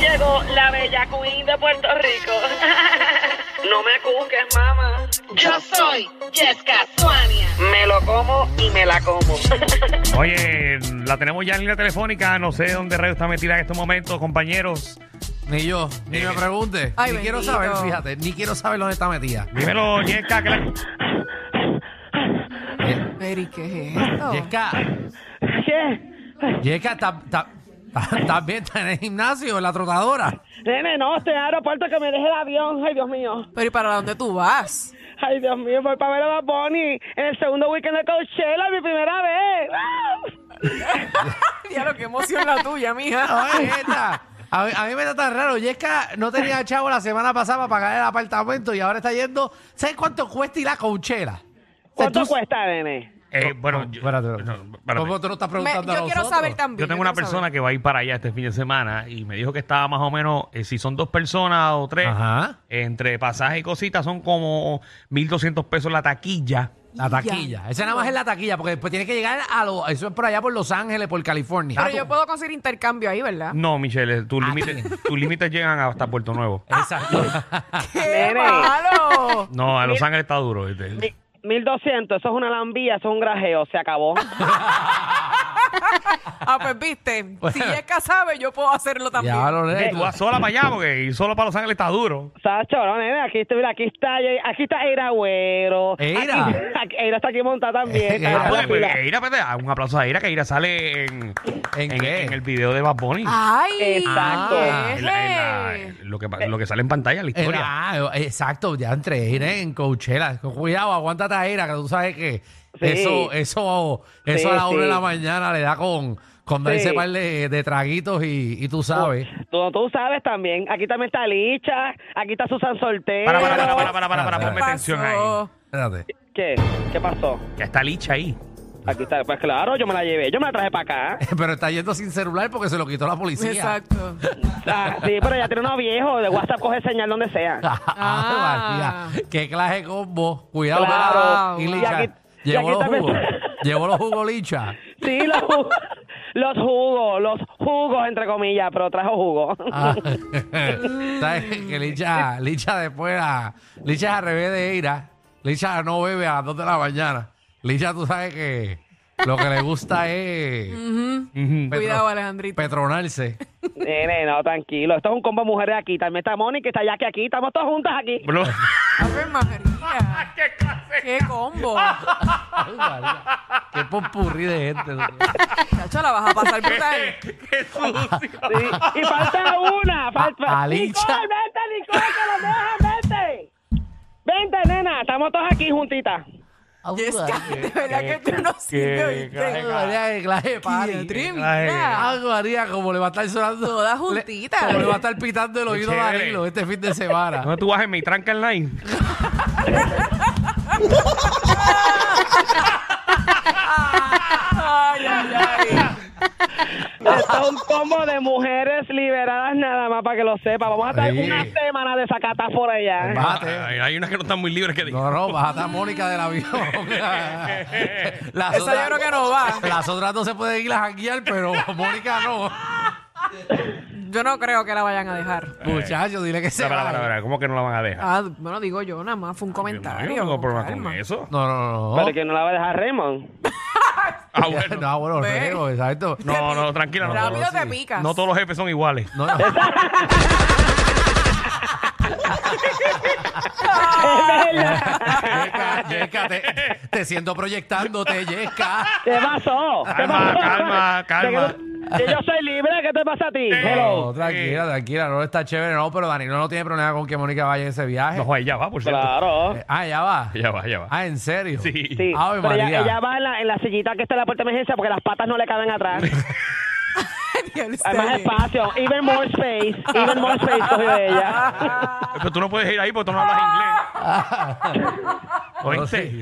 llegó la bella queen de Puerto Rico. no me cuques, mamá. Yo soy Jessica Suania. Me lo como y me la como. Oye, la tenemos ya en línea telefónica. No sé dónde Radio está metida en estos momentos, compañeros. Ni yo, ni me pregunte. Eh, Ay, ni quiero bendito. saber, fíjate, ni quiero saber dónde está metida. Dímelo, Yesca. que la- Ye- Pero, ¿y qué es esto? Eh, Yesca, ¿Qué? Yesca, ¿estás- estás- estás estás bien? ¿Estás en el gimnasio, en la trotadora? Nene, no, estoy en el aeropuerto que me deje el avión. Ay, Dios mío. Pero, ¿y para dónde tú vas? Ay, Dios mío, voy para ver a Bad Bunny en el segundo weekend de Coachella, mi primera vez. ¡Ah! ya lo que emoción la tuya, mija. Oye, Yesca, a, mí- a mí me está tan raro. Yesca no tenía chavo la semana pasada para pagar el apartamento y ahora está yendo. ¿Sabes cuánto cuesta ir a Coachella? ¿Cuánto cuesta, nene? Oh, Eh, bueno, yo, Espérate, Pues no, espérate. espérate. ¿Cómo tú no estás Me- preguntando a yo quiero nosotros? saber también. Yo tengo yo una quiero persona saber. que va a ir para allá este fin de semana y me dijo que estaba más o menos, eh, si son dos personas o tres, Ajá. entre pasaje y cositas, son como 1.200 pesos la taquilla. La taquilla. Esa nada más es la taquilla, porque después tienes que llegar a los. Eso es por allá, por Los Ángeles, por California. Pero yo puedo conseguir intercambio ahí, ¿verdad? No, Michelle, eh, tus límites tus límites llegan hasta Puerto Nuevo. Exacto. ¡Qué Nene. malo! No, a Los Ángeles está duro. este. ¿viste? Mi- 1200, eso es una lambía, eso es un grajeo, se acabó. Ah, pues viste, si Yesca sabe, yo puedo hacerlo también. Ya lo Tú vas sola para allá porque ir solo para Los Ángeles está duro. Sacho, no, nene, aquí, estoy, mira, aquí está, aquí está Eira Agüero. Eira. Aquí- aquí- Eira está aquí montada también. está Eira, Ah, en la pues, fila. Eira, pues, ah, un aplauso a Eira, que Eira sale en, ¿En qué? el video de Bad Bunny. ¡Ay! Exacto. Yesca. En Ah, la- en la- en lo, que, pa- lo que sale en pantalla, la historia. Era- ah, exacto, ya entre ir en Coachella. Con Cuidado, aguántate a Ira, que tú sabes que Sí. eso, eso, eso Sí, a la sí. una de la mañana le da con, con darse Sí. par de, de traguitos y, y tú sabes. Tú, tú sabes también, aquí también está Licha, aquí está Susan Soltero. Para, para, para, para, para, para, para, ¿Qué ponme atención ahí. pasó? Espérate. ¿Qué? ¿Qué pasó? Ya está Licha ahí. Aquí está, pues claro, yo me la llevé, yo me la traje para acá. Pero está yendo sin celular porque se lo quitó la policía. Exacto. Ah, sí, pero ya tiene uno viejo, de WhatsApp coge señal donde sea. Ah, Ah. María, qué clase de combo. Cuidado, Claro. Mara. Y Y Licha. aquí- y llevó, aquí los también- jugos. llevó los jugos, Licha. Sí, los, ju- los jugos, los jugos entre comillas, pero trajo jugo. Ah, ¿Sabes que Licha, Licha después la- Licha es al revés de Ira. Licha no bebe a las 2 de la mañana. Licha, tú sabes que lo que le gusta es petro- Cuidado, Alejandrito. petronarse. Nene, no, tranquilo. Esto es un combo de mujeres aquí. También está Mónica, está Jackie aquí. Estamos todas juntas aquí. Bro. ¡Ave Ah, pues, María! ¡Qué clase! ¡Qué combo! Ay, María, Qué popurrí de gente. Chacho, la vas a pasar brutal. ¡Qué sucio! Sí. Y falta una. Falta. A- Alicia. Nicole, vente, Nicole, que lo dejan, vente. Vente, nena, estamos todas aquí juntitas. Yesca, de verdad que tú no qué sirves, Ay, ¿viste? María, qué clase de party. Diatrim, Ay, mira. Ay, María, como le va a estar sonando. Todas le- juntitas. Como le va a estar pitando el oído a chévere. Danilo este fin de semana. ¿Dónde tú vas en mi tranca online? Ay, ay, ay. Esto es un combo de mujeres liberadas nada más para que lo sepa. Vamos a estar Sí. una semana de sacatas por allá. Bájate. Hay, hay unas que no están muy libres que digan. No, no, bájate a Mónica del avión. las Esa yo creo que no va. Las otras no se pueden ir a janguear, pero Mónica no. Yo no creo que la vayan a dejar. Muchachos, dile que se Para, para, vaya. para, para, ¿Cómo que no la van a dejar? Ah, bueno, digo yo, nada más fue un comentario. Ah, Yo no tengo con problema con calma. eso. No, no, no. Pero que no la va a dejar Raymond. Ah, bueno. No, bueno, Ve. reo, exacto. No, no, tranquila. No, Rápido todos- te picas. no todos los jefes son iguales. No, no. Ah. Yesca, Yesca, te, te siento proyectándote, Yesca. ¿Qué pasó? ¿Qué Calma, pasó? calma, calma. Eh, Que yo soy libre, ¿qué te pasa a ti? Hello. No, tranquila, tranquila, no está chévere, no, pero Danilo no tiene problema con que Mónica vaya en ese viaje. No, ella va, por cierto. Claro. Eh, Ah, ya va. Ella va, ella va. Ah, ¿en serio? Sí. Sí. Ave Pero ella, María. ella va en la, en la sillita que está en la puerta de emergencia porque las patas no le caben atrás. Daniel, Hay más serio. espacio. Even more space. Even more space cogió ella. Pero tú no puedes ir ahí porque tú no hablas inglés. ¿Oíste?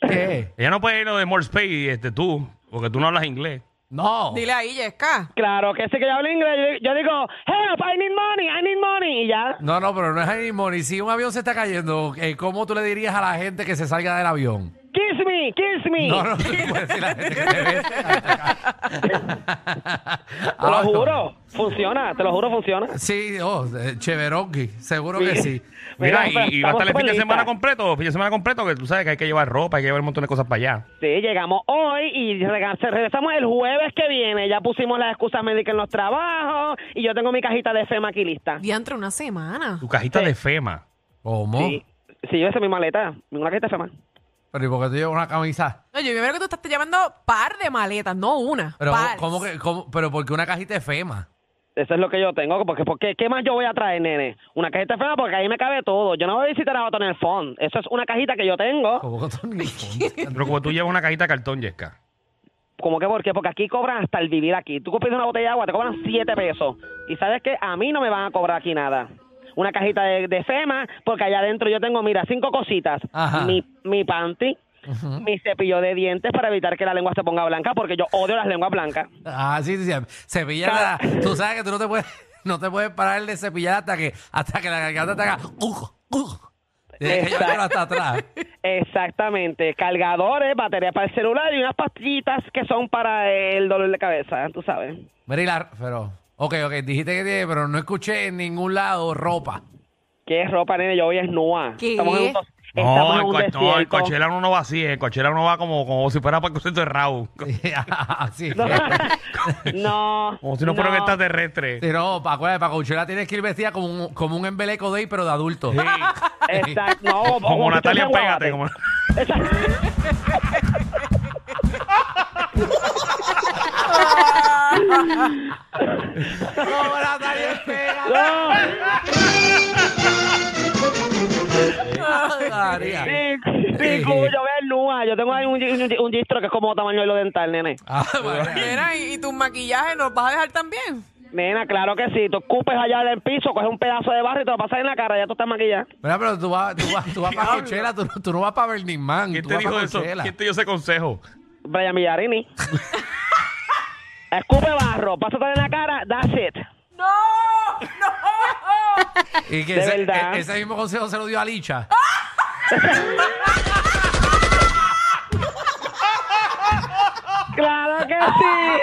¿Qué? Ella no puede ir a lo de More Space, este, tú, porque tú no hablas inglés. No. Dile ahí, Yesca. Claro, que sí que yo hablo inglés. Yo, yo digo, help, I need money, I need money. Y ya. No, no, pero no es ahí mismo. Ni si un avión se está cayendo, eh, ¿cómo tú le dirías a la gente que se salga del avión? Kiss me, kiss me. No, no, se puede decir la gente que te besa. Te lo Ah, no. juro, funciona, te lo juro, funciona. Sí, oh, eh, Cheveronqui, seguro que Sí. sí. Mira, Mira, y, y va a pues, estar el fin estamos de superlistas. semana completo, fin de semana completo, que tú sabes que hay que llevar ropa, hay que llevar un montón de cosas para allá. Sí, llegamos hoy y rega- se- regresamos el jueves que viene. Ya pusimos las excusas médicas en los trabajos y yo tengo mi cajita de FEMA aquí lista. Diantre, una semana. Tu cajita Sí. de FEMA. ¿Cómo? Sí, sí, yo hice mi maleta, una cajita de FEMA. Pero ¿y por qué tú llevas una camisa? No, yo veo que tú estás llevando par de maletas, no una. Pero par. ¿cómo que, cómo- pero por qué una cajita de FEMA? Eso es lo que yo tengo, porque, porque ¿qué más yo voy a traer, nene? Una cajita de FEMA porque ahí me cabe todo. Yo no voy a visitar a otro en el fondo. Eso es una cajita que yo tengo. ¿Cómo que tú ni Pero como tú llevas una cajita de cartón, Yesca. ¿Cómo que por qué? Porque aquí cobran hasta el vivir aquí. Tú pides una botella de agua, te cobran 7 pesos. Y sabes que a mí no me van a cobrar aquí nada. Una cajita de, de FEMA, porque allá adentro yo tengo, mira, cinco cositas. Ajá. Mi, mi panty, mi cepillo de dientes para evitar que la lengua se ponga blanca, porque yo odio las lenguas blancas. Ah, sí, sí, sí. Cepillar la- Tú sabes que tú no te puedes, no te puedes parar de cepillar hasta que, hasta que la garganta te haga. "Ugh, ugh". Tienes que Exacto. llevarlo hasta atrás. Exactamente. Cargadores, batería para el celular y unas pastillitas que son para el dolor de cabeza, tú sabes. Mira, y la- pero. Ok, ok, dijiste que tiene, pero no escuché en ningún lado ropa. ¿Qué ropa, nene? Yo voy es nua. ¿Qué? Estamos en un, dos- estamos No, en el, un co- no, el desierto. cochera uno no va así, el cochera uno va como, como si fuera para el concierto de Raúl. Así. No. no. Como si no fuera un no. extraterrestre. Sí, no, pa- acuérdate, para Coachella tienes que ir vestida como un, como un embeleco de ahí, pero de adulto. Exacto. No, o- o Como si Natalia fuese Pégate. guabate. Como... Exacto. Como Natalia Espera. No. María. Sí, sí, como yo veo el nua. Yo tengo ahí un, un, un distro que es como tamaño de lo dental, nene. Ah, María. Nena, ¿y, y tus maquillajes los vas a dejar también? Nena, claro que sí. Tú escupes allá del piso, coges un pedazo de barro y te lo pasas en la cara. Ya tú estás maquillada. Mira, pero tú vas, tú vas, tú vas para Coachella, tú, no- tú no vas para Burning Man. ¿Quién tú te vas pa' dijo eso? Coachella. ¿Quién te dio ese consejo? Brian Villarini. Escupe barro, pásate en la cara, that's it. ¡No! ¡No! Y que De ese, verdad. e- ese mismo consejo se lo dio a Licha. ¡Claro que sí!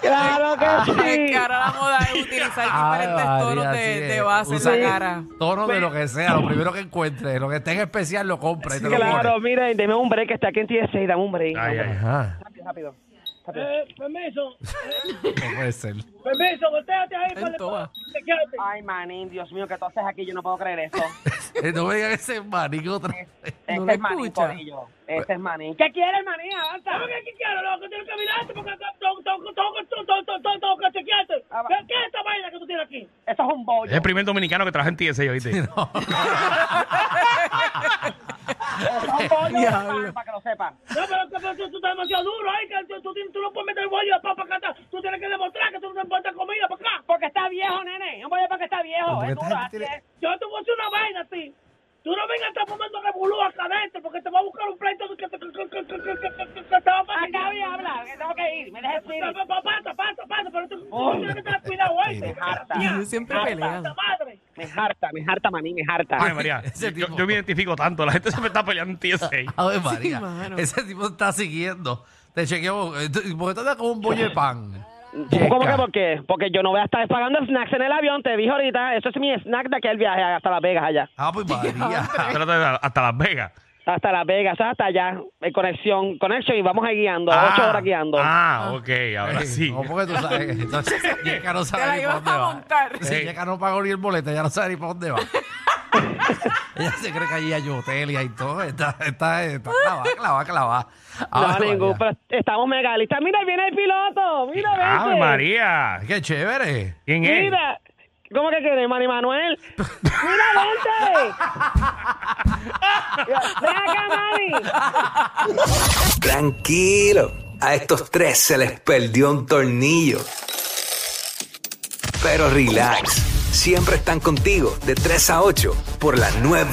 ¡Claro que Es sí! que ahora la moda es utilizar diferentes Ay, tonos María, de, Ah, sí, eh, de base en usa la cara. Tono de lo que sea, lo primero que encuentre, lo que esté en especial lo compra y te lo Ah. Claro, pone. miren, deme un break, que está aquí en TSA, dame un break. Ay, ay. Ajá, Rápido, rápido. permiso, no puede ser. Eh, permiso, volteate ahí para En todas. Ay, manín, Dios mío, ¿qué tú haces aquí? Yo no puedo creer eso. Eh, No me digas ese marico otra vez. Este No lo es manín, escucha. corillo. Este es manín. ¿Qué quieres, manín? Avanza. ¿Qué quiero, loco? Tienes que mirarte porque tengo- tengo- tengo- tengo- tengo- tengo- tengo que chequearte. Ah, va. ¿Qué qué es esta vaina que tú tienes aquí? Eso es un Es bollo. el primer dominicano que trabaja en TSA, ¿oíste? Eso es un bollo de Diablo. pan, para que lo sepan. No, pero que- pero tú, tú estás demasiado duro ahí, que tú, tú- tú no puedes meter el bollo de papa acá atrás. Tú tienes que demostrar que tú no te importa comida para acá. Porque está viejo, nene. Un bollo porque está viejo. Porque Es esta duro, gente así tiene- es. Yo te voy a hacer una vaina a ti. Tú no vengas a estar fumando revolú acá adentro porque te va a buscar un pleito que te, que, que, que, que, que- que- que te va a Acá voy a matar. hablar, que tengo que ir. Me dejes ir. Pa- pa- pa- Pasa, pasa, pasa, pero tú, tú tienes que estar cuidado, Me ¿oíste? harta. Yo siempre peleo. ¡Puta madre! Me harta, me harta, maní, me harta. Ay, María, Ese yo, tipo. yo me identifico tanto. La gente se me está peleando en TSA. Ave María. mano. Ese tipo está siguiendo. Te chequeó. eh, tú- ¿Por qué tú andas con un bollo de pan? ¿Cómo Checa. que por qué? Porque yo no voy a estar pagando snacks en el avión, te dije ahorita. Eso es mi snack de aquí al viaje hasta Las Vegas allá. Ave Ah, pues, María. Ah, Espérate, hasta Las Vegas. Hasta Las Vegas, hasta allá. En conexión, conexión y vamos a ir guiando. ocho horas guiando. Ah, ok, ahora sí. Eh, No, porque tú sabes. Entonces, Yeka no Te sabe la ni por ibas dónde a va. montar. Si Sí. Yeka no pagó ni el boleto, ella no sabe ni por dónde va. ella se cree que allí hay hotel y hay todo. Está, está, está clavada, clavada, clavada. No, Ave ningún, María. pero estamos mega listas. Mira, ahí viene el piloto. Mira, vente. Ave Ah, María. Ay, Qué chévere. ¿Quién es? Mira. ¿Cómo que quieres, Manny Manuel? ¡Mira, vente! ¡Ven acá, Manny! Tranquilo, a estos tres se les perdió un tornillo. Pero relax, siempre están contigo de 3 a 8 por la nueva.